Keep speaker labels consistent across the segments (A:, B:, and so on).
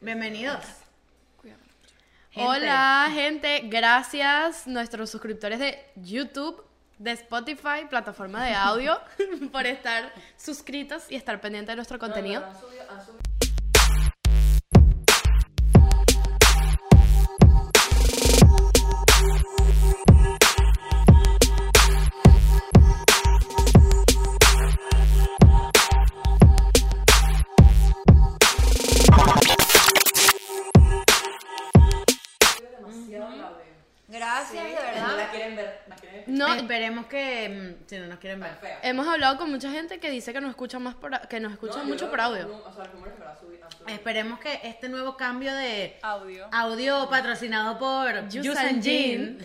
A: Bienvenidos. Gente.
B: Hola, gente. Gracias, nuestros suscriptores de YouTube, de Spotify, plataforma de audio, por estar suscritos y estar pendientes de nuestro contenido.
A: Gracias, de
C: No la
A: verdad.
C: quieren ver, la quieren ver.
B: No,
D: Eh.
A: esperemos que mm, si no nos quieren ver.
C: Tan feo.
B: hemos hablado con mucha gente que dice que nos escucha más por, a- que nos escucha
C: No, yo
B: mucho
C: creo
B: por
C: que
B: audio.
C: no, o sea, los números que van a subir- a subir.
A: Esperemos que este nuevo cambio de
E: Audio.
A: Ah, audio patrocinado por
B: Juice
A: Juice
B: and
A: and Gin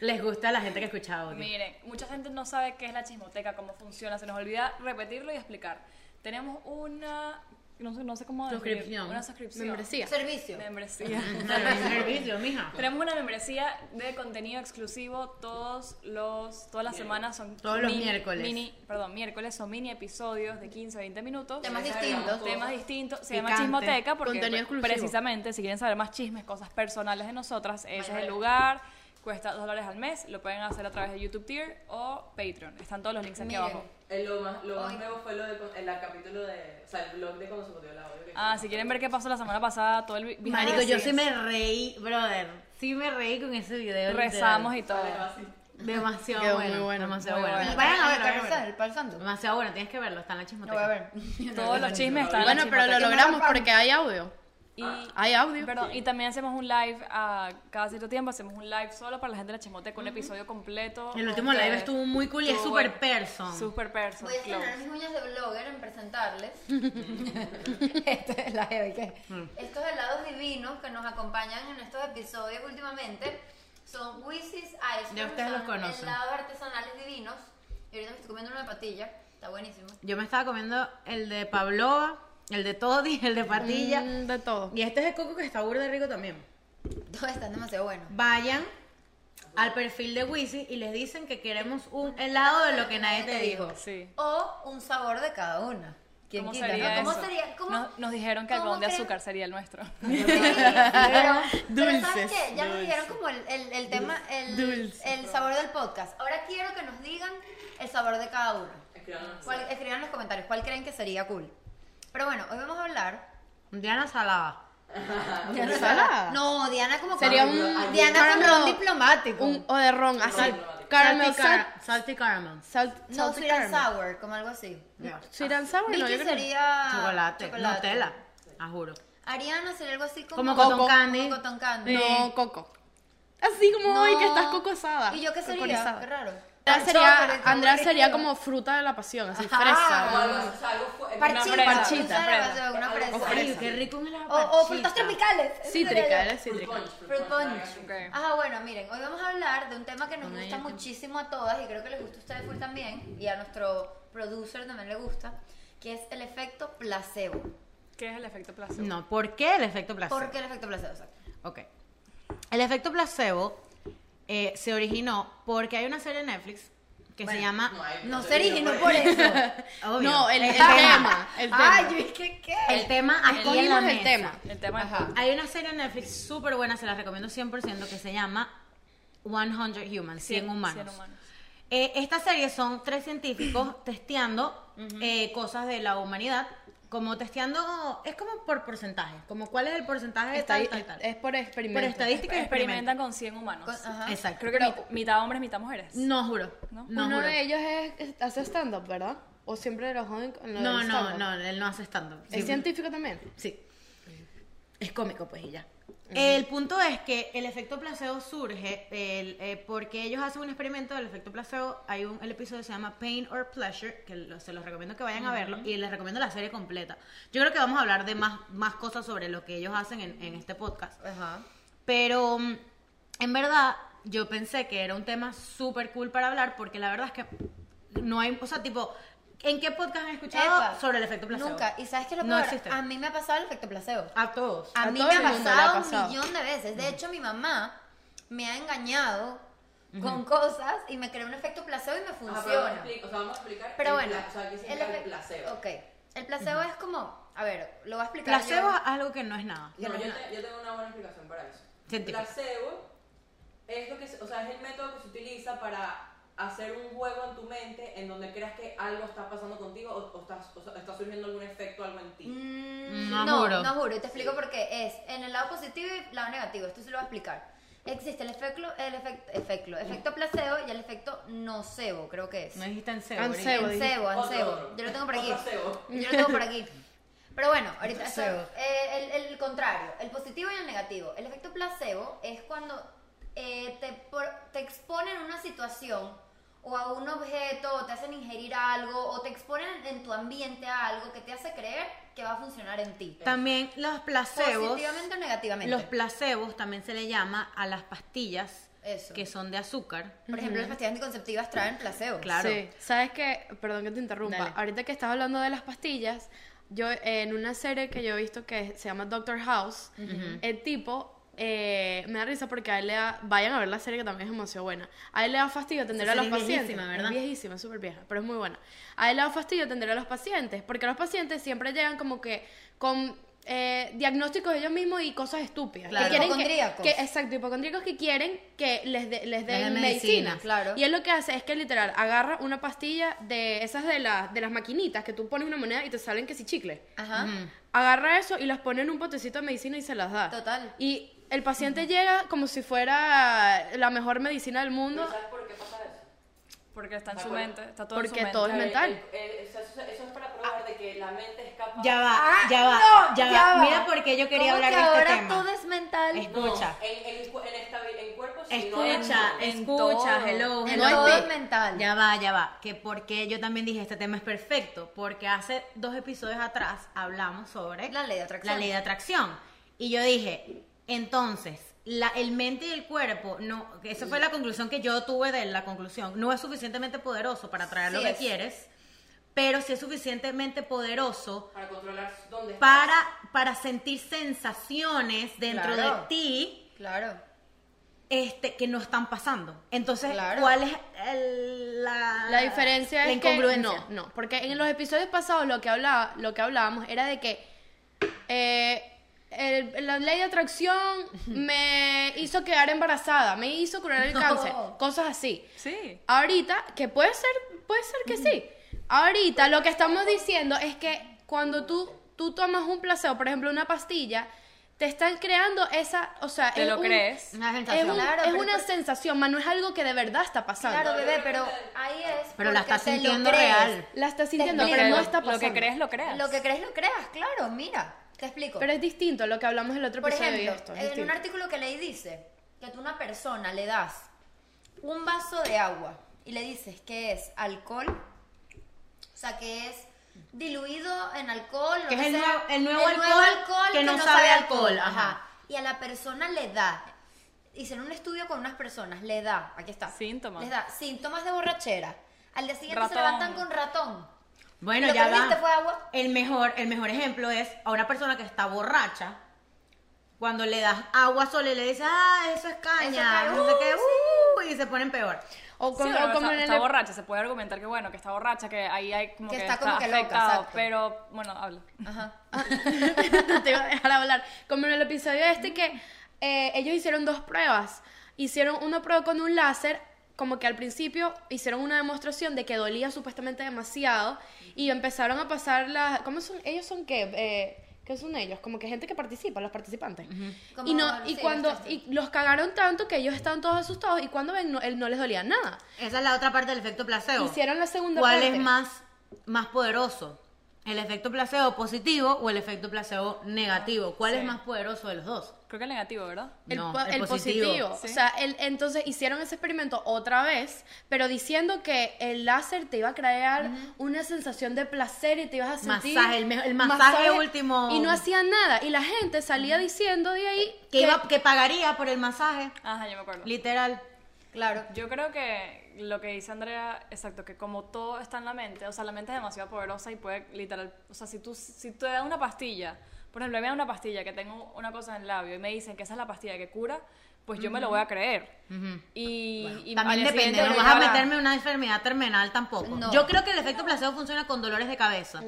A: les gusta a la gente que escucha audio.
E: Miren, mucha gente no sabe qué es la chismoteca, cómo funciona, se nos olvida repetirlo y explicar. Tenemos una, no sé, no sé cómo definir,
A: Suscripción.
E: una suscripción,
B: Membresía.
D: Servicio.
E: membresía.
A: Servicio, mija.
E: Tenemos una membresía de contenido exclusivo todos los todas las semanas son
A: Todos los miércoles.
E: mini- perdón, miércoles son mini episodios de 15 a 20 minutos.
D: Temas
E: Sí.
D: distintos.
E: temas distintos. Se
A: Picante.
E: llama Chismoteca porque
B: Contenido
E: pre-
B: exclusivo.
E: precisamente si quieren saber más chismes, cosas personales de nosotras, ese es el lugar. Cuesta 2 dólares al mes, lo pueden hacer a través de YouTube Tier o Patreon. Están todos los links aquí
D: Miren.
E: abajo.
C: Eh, lo más, lo más
D: Hoy.
C: nuevo fue lo de, con- el capítulo de, o sea, el blog de cuando se murió la audio.
E: Ah, si quieren ver qué pasó la semana pasada, todo el vi- behind
A: Marico,
E: the
A: yo sí
E: scenes.
A: me reí, brother. Sí me reí con ese video. literal.
E: rezamos y todo.
A: Demasiado
B: Quedó
A: bueno.
B: muy bueno,
A: Demasiado
E: muy
A: bueno.
E: bueno.
D: Vayan a ver
A: Demasiado
D: Carlos Sáenz, el Palo Santo.
A: bueno. Demasiado bueno, tienes que verlo, está en la
D: Lo
A: chismoteca.
D: voy a ver.
E: Todos los chismes están en la
B: Bueno, pero lo
E: chismoteca.
B: logramos porque hay audio.
E: Y,
B: Hay audio.
E: Perdón, Ah, y también hacemos un live ah, cada cierto tiempo, hacemos un live solo para la gente de la chismoteca, un episodio completo.
A: El último live estuvo muy cool y es
E: Estuvo
A: super
E: bueno.
A: person.
E: Super person.
D: Voy a estrenar
E: close.
D: mis uñas de blogger en presentarles. Esto es la jeva, ¿y qué? Estos helados divinos que nos acompañan en estos episodios últimamente son Wheaties Ice Cream.
A: Ya ustedes
D: son
A: los conocen.
D: helados artesanales divinos. Y ahorita me estoy comiendo una patilla. Está buenísimo.
A: Yo me estaba comiendo el de Pavlova, el de Toddy, el de Patilla.
B: Mm, De todo.
A: Y este es de coco que está burda de rico también.
D: Todos están demasiado buenos.
A: Vayan al perfil de Wisi y les dicen que queremos un helado de lo que nadie te dijo.
E: Sí.
D: O un sabor de cada una. ¿Quién
E: ¿Cómo
D: quita,
E: sería
D: no? ¿Cómo
E: eso?
D: sería? ¿Cómo-
E: Nos, nos dijeron que el
D: cómo
E: algodón de
D: creen-
E: azúcar sería el nuestro.
D: Sí, pero, pero
B: Dulces,
D: ¿sabes qué? Ya nos dieron como el, el- el tema, el,
B: Dulces.
D: el sabor del podcast. Ahora quiero que nos digan el sabor de cada uno. ¿Cuál- Escriban en los comentarios cuál creen que sería cool. Pero bueno, hoy vamos a hablar.
A: Diana Salaba.
D: Diana
B: salada?
D: No, Diana como
B: Sería
D: con-
B: un-
D: Diana con
B: caramelo.
D: ron diplomático.
B: Un, o de ron, así.
C: Sal-
B: Caramel
A: Salty, cara-
B: salt.
A: salty caramel.
B: salt-
D: no,
B: salty
D: sweet and
B: caramel.
D: sour, como algo así.
A: Ya.
B: Sweet and sour, no, yo
D: Vicky
B: creo que-
D: sería
A: Ah, Chocolate, Nutella. Ah, juro.
D: Ariana sería algo así como,
A: Como
B: cotton
A: candy.
D: como cotton candy.
B: No, coco. Así como hoy que
D: No.
B: estás cocosada.
D: ¿Y yo qué sería?
B: coconizada.
D: Qué raro.
B: Andrea
D: Chocolate,
B: sería,
D: qué
B: Andrea
D: aburrido.
B: sería como fruta de la pasión, así
D: Ajá.
C: Como
B: fresa.
C: algo, o sea, algo fue-
D: Parchita.
E: Una fresa.
D: Parchita.
E: Fresa.
D: Una fresa.
C: O
A: Ay,
C: fresa.
A: qué rico un helado.
D: O, o
A: parchita.
D: frutas tropicales. ese
B: Cítrica,
D: sería yo.
B: era
C: Fruit
B: cítrica.
C: punch,
D: Fruit punch.
C: punch.
E: Ok.
D: Ajá, bueno, miren, hoy vamos a hablar de un tema que nos
A: Con
D: gusta
A: ella.
D: muchísimo a todas y creo que les gusta a ustedes full también y a nuestro producer también le gusta, que es el efecto placebo.
E: ¿Qué es el efecto placebo?
A: No, ¿por qué el efecto placebo?
D: ¿Por qué el efecto placebo? O sea,
A: Ok. El efecto placebo eh, se originó porque hay una serie en Netflix que se llama...
C: no hay-
D: no
C: Sí,
D: se originó por eso.
A: Obvio.
B: No, el, el
A: tema.
B: tema. El tema.
D: Ay, yo dije, ¿qué?
A: El tema aquí en la
B: Escogimos el
A: mesa.
B: tema.
E: El tema es-
A: Hay una serie en Netflix súper buena, se las recomiendo 100%, que se llama 100 Humans, 100 humanos.
E: Cien humanos.
A: Eh, esta serie son tres científicos testeando eh, cosas de la humanidad, como testeando, es como por porcentaje, como cuál es el porcentaje de
B: Está
A: tal,
B: ahí- eh,
A: tal, tal.
B: Es por
A: por
B: experimento.
A: estadística y experimento.
E: Experimentan con 100 humanos.
D: Con- ah, ajá.
A: Exacto.
E: Creo que mit- mitad hombres, mitad mujeres.
A: No, juro. No,
E: ¿No?
B: Uno
A: juro.
B: de ellos es, es- hace stand-up, ¿verdad? O siempre lo joden con lo
A: No,
B: del
A: no,
B: stand-up.
A: no, él no hace stand-up.
B: ¿Es
A: Sí.
B: científico también?
A: Sí. Es cómico, pues, y ya. El punto es que el efecto placebo surge el, eh, porque ellos hacen un experimento del efecto placebo. Hay un el episodio se llama Pain or Pleasure, que lo- se los recomiendo que vayan a verlo y les recomiendo la serie completa. Yo creo que vamos a hablar de más, más cosas sobre lo que ellos hacen en, en este podcast.
D: Ajá.
A: Pero mm, en verdad yo pensé que era un tema súper cool para hablar porque la verdad es que no hay, o sea, tipo, ¿en qué podcast han escuchado
D: Epa,
A: sobre el efecto placebo?
D: Nunca. ¿Y sabes qué es lo
A: No
D: peor?
A: existe.
D: A mí me ha pasado el efecto placebo.
A: A todos.
D: A,
B: A
D: mí
B: todo
D: me
B: el
D: ha
B: mundo le ha
D: pasado,
B: pasado.
D: un millón de veces. De hecho, mi mamá me ha engañado con cosas y me creó un efecto placebo y me
C: Ajá, Ah, pero vamos a
D: funciona.
C: expli- o sea, vamos a explicar
D: Pero
C: el
D: bueno,
C: pla- o sea, ¿qué significa
D: el
C: el
D: efe-
C: placebo?
D: Ok. El placebo es como, a ver, lo voy a explicar. yo.
A: Placebo es algo que no es nada.
D: Ya
C: No,
D: no
C: yo,
D: es
C: te- yo tengo una buena explicación para eso.
A: Científica.
C: Placebo es lo que, se- o sea, es el método que se utiliza para hacer un juego en tu mente en donde creas que algo está pasando contigo o, o estás- o sea, está surgiendo algún efecto, algo en ti.
D: Mm,
A: No
D: no,
A: juro.
D: no juro. Y te explico por qué. Es en el lado positivo y el lado negativo. Esto se lo voy a explicar. Existe el efecto, el efecto, efecto, efecto placebo y el efecto nocebo, creo que es.
A: No dijiste ansebo.
B: Ansebo.
A: ahorita.
B: Cebo, dije.
D: Encebo,
C: Otro,
D: encebo.
C: otro.
D: Yo lo tengo por aquí.
C: Otro cebo.
D: Yo lo tengo por aquí. Pero bueno, ahorita
A: Otro
D: eso-
A: cebo.
D: eh, el, el contrario, el positivo y el negativo. El efecto placebo es cuando eh, te, por- te exponen a una situación o a un objeto, o te hacen ingerir algo, o te exponen en tu ambiente a algo que te hace creer que va a funcionar en ti.
A: También los placebos.
D: Positivamente o negativamente.
A: Los placebos también se le llama a las pastillas
D: Eso.
A: que son de azúcar.
D: Por ejemplo, las pastillas anticonceptivas traen placebo.
A: Claro.
B: Sí. ¿Sabes qué? Perdón que te interrumpa.
A: Dale.
B: Ahorita que estás hablando de las pastillas, yo eh, en una serie que yo he visto que se llama Doctor House, el tipo eh, me da risa porque a él le da. Vayan a ver la serie que también es demasiado buena. A él le da fastidio atender
A: Esa
B: a los
A: serie es
B: pacientes.
A: viejísima,
B: Es
A: ¿verdad?
B: viejísima, es súper vieja, pero es muy buena. A él le da fastidio atender a los pacientes porque los pacientes siempre llegan como que con. eh, diagnósticos ellos mismos y cosas estúpidas.
A: Claro.
B: Que quieren que,
D: Hipocondríacos.
B: que- exacto, hipocondríacos que quieren que les, de- les
A: den
B: den medicina.
A: medicina,
D: claro.
B: Y él lo que hace es que literal agarra una pastilla de esas de, la- de las maquinitas que tú pones una moneda y te salen que si chicle.
D: Ajá.
B: Agarra eso y las pone en un potecito de medicina y se las da.
D: Total.
B: Y el paciente llega como si fuera la mejor medicina del mundo.
C: Pero ¿Sabes por qué pasa eso?
E: Porque está en
C: ¿De
E: su
C: acuerdo?
E: mente, está todo en su
B: Porque
E: mente.
B: todo es
C: Claro,
B: mental.
C: el- el- el- o sea, eso, eso es para probar de que la mente es capaz.
A: Ya va,
D: Ah,
A: ya va,
D: no,
A: ya,
D: ya
A: va.
D: va.
A: Mira por qué yo quería
D: ¿Cómo
A: hablar
D: que
A: de este
D: ahora
A: tema.
D: todo es mental?
C: No,
A: Escucha.
C: en, en, cu- en, estabil- en cuerpo, sino en-
A: Escucha,
E: en
A: escucha,
E: todo.
A: hello,
D: En
A: hello.
D: todo
A: Espe-
D: es mental.
A: Ya va, ya va. Que porque yo también dije este tema es perfecto. Porque hace dos episodios atrás hablamos sobre
D: La ley de atracción.
A: la ley de atracción. Y yo dije, entonces, la, el mente y el cuerpo, no, esa fue la conclusión que yo tuve de la conclusión. No es suficientemente poderoso para atraer lo
D: Sí
A: que
D: es.
A: quieres, pero sí es suficientemente poderoso
C: Para controlar dónde estás.
A: para, para sentir sensaciones dentro
D: Claro.
A: de ti
D: Claro.
A: este, que no están pasando. Entonces,
D: Claro.
A: ¿cuál es el- la,
B: La diferencia
A: la
B: es que
A: incongruencia?
B: no, no, porque en los episodios pasados lo que hablaba, lo que hablábamos era de que eh, el- la ley de atracción me hizo quedar embarazada, me hizo curar el
D: No.
B: cáncer, cosas así.
E: Sí.
B: Ahorita, que puede ser, puede ser que sí. Ahorita lo que estamos diciendo es que cuando tú, tú tomas un placebo, por ejemplo, una pastilla, te están creando esa, o sea,
E: Te
B: es
E: lo
B: un-
E: crees.
A: Una
B: Es,
A: sensación.
B: un-
D: Claro,
B: es
D: pero
B: una
D: por-
B: sensación, más no es algo que de verdad está pasando.
D: Claro, bebé, pero ahí es.
A: Pero la
D: porque
A: estás
D: te lo
A: sintiendo
D: crees.
A: real.
B: La estás sintiendo,
D: Te
B: pero no
D: explico.
B: está
E: Lo
B: pasando.
E: que crees, lo creas.
D: Lo que crees, lo creas, claro, mira. Te explico.
B: Pero es distinto a lo que hablamos el otro
D: Por
B: episodio
D: ejemplo,
B: de esto. es
D: en un
B: distinto.
D: artículo que leí dice que tú a una persona le das un vaso de agua y le dices que es alcohol, o sea, que es diluido en alcohol. o
A: Que es
D: no
A: el
D: sea,
A: nuevo- el nuevo alcohol que no sabe alcohol, ajá.
D: Y a la persona le da, hicieron un estudio con unas personas, le da, aquí está.
E: Síntomas.
D: Les da síntomas de borrachera. Al día siguiente se
E: Ratón.
D: levantan con ratón.
A: Bueno,
D: Lo
A: ya
D: que
A: va.
D: viste fue agua.
A: El mejor, el mejor ejemplo es a una persona que está borracha, cuando le das agua sola y le dices, ah, eso es caña,
D: Eso es caña,
A: no sé
D: uh,
A: qué, uh", y se ponen peor.
B: O
E: Sí,
B: como-
E: bueno,
B: o como
E: está,
B: en el-
E: está borracha, se puede argumentar que bueno, que está borracha, que ahí hay como
D: Que
E: que,
D: está como que loca,
E: afectado,
D: exacto.
E: pero bueno, habla.
D: Ajá.
B: te iba a dejar hablar. Como en el episodio este que eh, ellos hicieron dos pruebas. Hicieron una prueba con un láser, como que al principio hicieron una demostración de que dolía supuestamente demasiado y empezaron a pasar las... ¿Cómo son? ¿Ellos son qué? Eh, ¿Qué son ellos? Como que gente que participa, los participantes.
D: Como-
B: Y no, y
D: sí,
B: cuando
D: los
B: y los cagaron tanto que ellos estaban todos asustados y cuando ven no, él no les dolía nada.
A: Esa es la otra parte del efecto placebo.
B: Hicieron la segunda
A: ¿Cuál
B: parte.
A: es más, más poderoso? ¿El efecto placebo positivo o el efecto placebo negativo? ¿Cuál es más poderoso de los dos?
E: Creo que el negativo, ¿verdad?
B: El,
A: No,
B: po-
A: el
B: el positivo.
A: positivo.
B: O sea, el- entonces hicieron ese experimento otra vez, pero diciendo que el láser te iba a crear una sensación de placer y te ibas a sentir.
A: Masaje, el me- el masaje último.
B: Y no hacía nada. Y la gente salía diciendo de ahí
A: Que, iba, que pagaría por el masaje,
E: Ajá, yo me acuerdo.
A: literal.
D: Claro.
E: Yo creo que lo que dice Andrea, exacto, que como todo está en la mente, o sea, la mente es demasiado poderosa y puede literal, o sea, si tú si te dan una pastilla, por ejemplo, a mí me dan una pastilla que tengo una cosa en el labio y me dicen que esa es la pastilla que cura, pues yo me lo voy a creer. Y, y
A: También
E: al día
A: depende,
E: siguiente
A: no
E: me
A: vas a
E: para-
A: meterme una enfermedad terminal tampoco.
D: No.
A: Yo creo que el efecto placebo funciona con dolores de cabeza.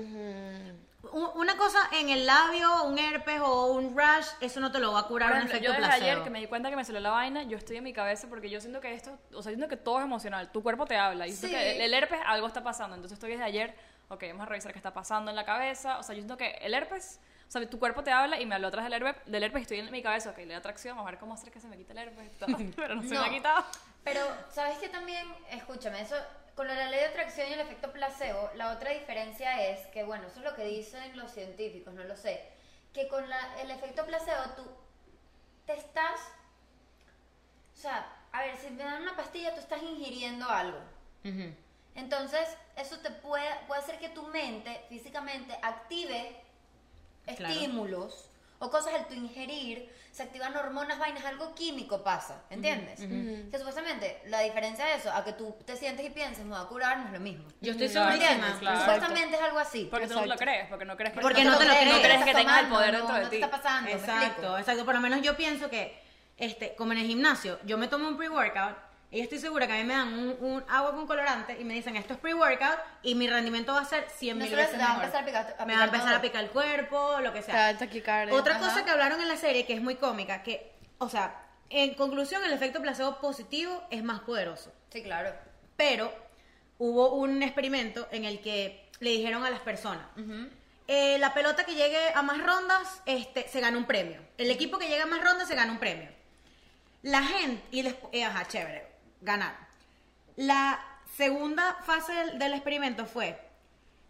A: U- Una cosa en el labio, un herpes o un rash, eso no te lo va a curar
E: Por
A: un
E: ejemplo,
A: efecto
E: yo desde
A: placebo.
E: ayer que me di cuenta que me salió la vaina, yo estoy en mi cabeza porque yo siento que esto, o sea, siento que todo es emocional, tu cuerpo te habla, y siento
D: Sí.
E: que el, el herpes algo está pasando, entonces estoy desde ayer, ok, vamos a revisar qué está pasando en la cabeza, o sea, yo siento que el herpes, o sea, tu cuerpo te habla y me habló atrás del herpes, del herpes y estoy en mi cabeza, ok, le da atracción, vamos a ver cómo hacer que se me quite el herpes, pero no se me ha
D: No.
E: quitado.
D: Pero, ¿sabes qué también? Escúchame, eso con lo de la ley de atracción y el efecto placebo, la otra diferencia es que, bueno, eso es lo que dicen los científicos, no lo sé, que con la- el efecto placebo tú te estás, o sea, a ver, si me dan una pastilla, tú estás ingiriendo algo.
A: Ujú.
D: Entonces, eso te puede, puede hacer que tu mente físicamente active
A: Claro.
D: estímulos o cosas al tu ingerir, se activan hormonas, vainas, algo químico pasa, ¿entiendes? Que supuestamente la diferencia de eso a que tú te sientes y pienses, me voy a curar, no es lo mismo.
A: Yo estoy
E: Claro,
A: segurísima.
D: ¿Entiendes?
E: claro.
D: Supuestamente es algo así.
E: Porque tú no te lo crees, porque no crees que,
A: Porque no te lo crees.
E: no crees que
D: estás
E: tengas el
D: tomando,
E: poder
D: no-
E: dentro de ti.
D: No te está pasando, ¿me explico?
A: Exacto, exacto. Por lo menos yo pienso que, este, como en el gimnasio, yo me tomo un pre-workout y yo estoy segura que a mí me dan un, un agua con colorante y me dicen esto es pre-workout y mi rendimiento va a ser 100
D: No
A: mil
D: solo
A: veces
D: eso, te va a
A: mejor.
D: empezar a picar- a
A: me va
D: picar
A: a empezar a
D: todo.
A: picar el cuerpo, lo que
B: Te
A: sea.
B: da taquicardia.
A: Otra
D: Ajá.
A: cosa que hablaron en la serie que es muy cómica, que, o sea, en conclusión, el efecto placebo positivo es más poderoso.
D: Sí, claro.
A: Pero hubo un experimento en el que le dijeron a las personas, eh, la pelota que llegue a más rondas este, se gana un premio. El equipo que llegue a más rondas se gana un premio. La gente, y les, eh, ajá, chévere, ganar. La segunda fase del, del experimento fue,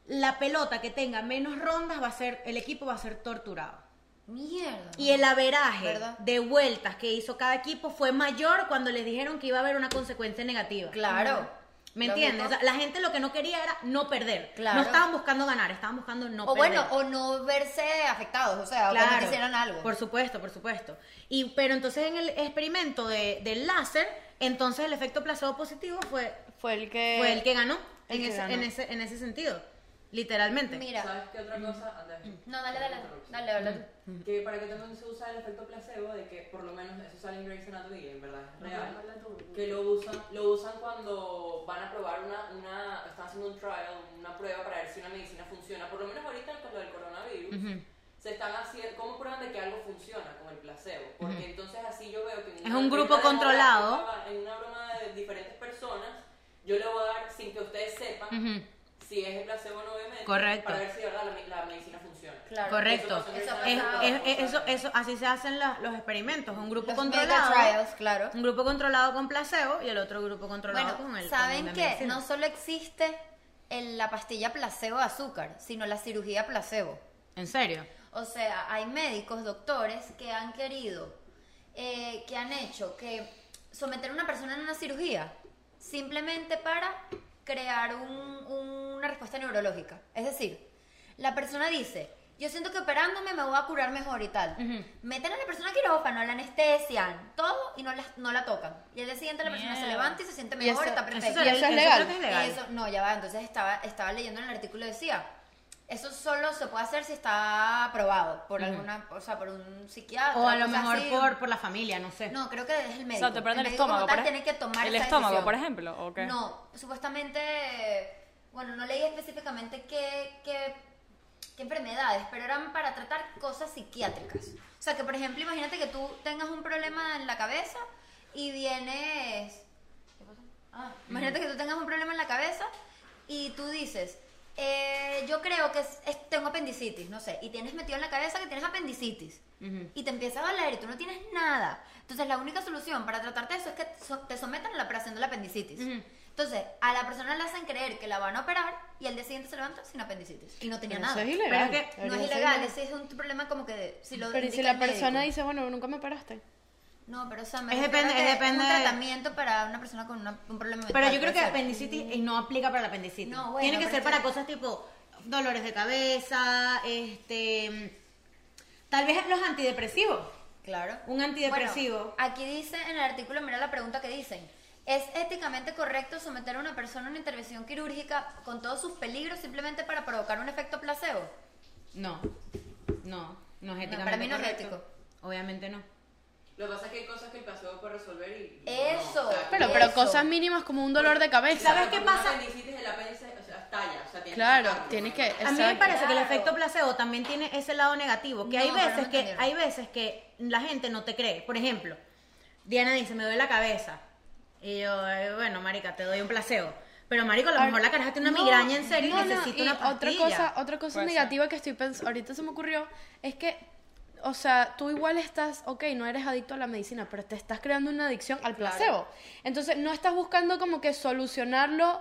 A: la pelota que tenga menos rondas va a ser, el equipo va a ser torturado.
D: Mierda.
A: Y el averaje
D: ¿Verdad?
A: de vueltas que hizo cada equipo fue mayor cuando les dijeron que iba a haber una consecuencia negativa.
D: Claro.
A: ¿Me
D: Lógico.
A: entiendes? O sea, la gente lo que no quería era no perder.
D: Claro.
A: No estaban buscando ganar, estaban buscando no
D: o
A: perder.
D: bueno, o no verse afectados, o sea, o que no te hicieran algo.
A: Por supuesto, por supuesto. Y, pero entonces en el experimento de- del láser, entonces el efecto placebo positivo fue,
B: Fue el que.
D: Eh,
A: fue el que ganó,
B: el
A: en,
B: que
A: ese,
B: ganó.
A: En, ese, en ese sentido, literalmente.
D: Mira.
C: ¿Sabes qué otra cosa? Andrés,
D: No, dale, dale,
C: interrupción.
D: dale, dale. dale.
C: Que para que también se usa el efecto placebo de que por lo menos eso sale en Grey's Anatomy y en verdad es real. Que lo usan, lo usan cuando van a probar una, una, están haciendo un trial, una prueba para ver si una medicina funciona. Por lo menos ahorita con lo del coronavirus, se están haciendo, ¿cómo prueban de que algo funciona con el placebo? Porque entonces así yo veo que en
A: Es un grupo
C: broma
A: controlado.
C: demográfica, En una broma de diferentes personas, yo le voy a dar sin que ustedes sepan si es el placebo o no, obviamente,
A: Correcto.
C: para ver si de verdad la, me- la medicina funciona.
D: Claro.
A: Correcto.
C: Eso
D: pasa
A: Es-
D: todo.
A: es- es- eso, eso, así se hacen la- los experimentos. Un grupo
D: Los
A: controlado.
D: mega trials, claro.
A: Un grupo controlado con placebo y el otro grupo controlado
D: Bueno,
A: con el.
D: ¿saben
A: con la
D: que
A: medicina.
D: no solo existe el- la pastilla placebo de azúcar, sino la cirugía placebo?
A: En serio.
D: O sea, hay médicos, doctores que han querido, eh, que han hecho que someter a una persona en una cirugía simplemente para crear un- una respuesta neurológica. Es decir, la persona dice, yo siento que operándome me voy a curar mejor y tal. Meten a la persona al quirófano, la anestesian, todo y no la, no la tocan. Y al día siguiente la persona se
E: Mierda.
D: levanta y se siente
B: Y
D: mejor,
B: eso-
D: está
B: eso
D: perfecta.
B: es- y eso es legal.
A: creo que es legal.
D: Eso, no, ya va, entonces estaba, estaba leyendo en el artículo y decía, eso solo se puede hacer si está aprobado por alguna, o sea, por un psiquiatra.
A: o a lo
D: cosas
A: mejor
D: así.
A: por, por la familia, no sé.
D: No, creo que es el médico.
E: O sea, te prende el,
D: médico como
E: estómago,
D: tal
E: por ej-
D: tiene que tomar
E: el
D: esa
E: estómago,
D: decisión.
E: por ejemplo, ¿o qué?
D: No, supuestamente, bueno, no leí específicamente qué, qué, qué enfermedades, pero eran para tratar cosas psiquiátricas. O sea, que por ejemplo, imagínate que tú tengas un problema en la cabeza y vienes... ¿Qué pasó? Ah, imagínate que tú tengas un problema en la cabeza y tú dices, eh, yo creo que es- es- tengo apendicitis, no sé, y tienes metido en la cabeza que tienes apendicitis y te empieza a doler y tú no tienes nada. Entonces la única solución para tratarte eso es que so- te sometan a la operación de la apendicitis. Entonces a la persona le hacen creer que la van a operar y al día siguiente se levanta sin apendicitis y no tenía
B: Pero
D: nada.
B: Eso es ilegal.
A: Pero es que
D: no es
B: Debería ser
D: ilegal, ese es un problema como que de- si lo
B: Pero y
D: indica
B: si la
D: el médico.
B: persona dice, bueno, nunca me operaste.
D: No, pero o sea, me
A: Es
D: refiero
A: depende-
D: que
A: es depende
D: un
A: de-
D: tratamiento para una persona con una- un problema mental.
A: Pero yo creo
D: puede
A: que
D: ser.
A: apendicitis eh, no aplica para la apendicitis.
D: No, bueno,
A: Tiene que
D: pero
A: ser para
D: está-
A: cosas tipo dolores de cabeza, este. Tal vez los antidepresivos.
D: Claro.
A: Un antidepresivo.
D: Bueno, aquí dice en el artículo, mira la pregunta que dicen. ¿Es éticamente correcto someter a una persona a una intervención quirúrgica con todos sus peligros simplemente para provocar un efecto placebo?
A: No. No. No es éticamente
D: para mí no es
A: correcto.
D: ético.
A: Obviamente no.
C: Lo que pasa es que hay cosas que el placebo puede resolver y.
D: Eso.
C: o sea,
B: Pero,
D: Y
B: pero
D: eso.
B: cosas mínimas como un dolor de cabeza.
A: ¿Sabes qué
C: Una
A: pasa?
C: apendicitis, el apéndice, o sea, estalla. O sea, tienes
B: Claro,
C: sacarlo,
B: tienes
C: ¿no?
B: que.
A: A mí me
B: exacto.
A: parece que el
D: Claro.
A: efecto placebo también tiene ese lado negativo, que
D: No,
A: hay
D: pero no
A: veces
D: me
A: que
D: entendieron.
A: hay veces que la gente no te cree. Por ejemplo, Diana dice, "Me duele la cabeza." Y yo, "Eh, "Bueno, marica, te doy un placebo." Pero marico, a lo
B: Ar-
A: mejor la caraja tiene una
B: No,
A: migraña en serio
B: no,
A: y
B: no,
A: necesita
B: y
A: una
B: otra
A: pastilla.
B: cosa, otra cosa
E: Puede ser.
B: negativa que estoy pensando, ahorita se me ocurrió, es que, o sea, tú igual estás, ok, no eres adicto a la medicina, pero te estás creando una adicción al placebo. Entonces, no estás buscando como que solucionarlo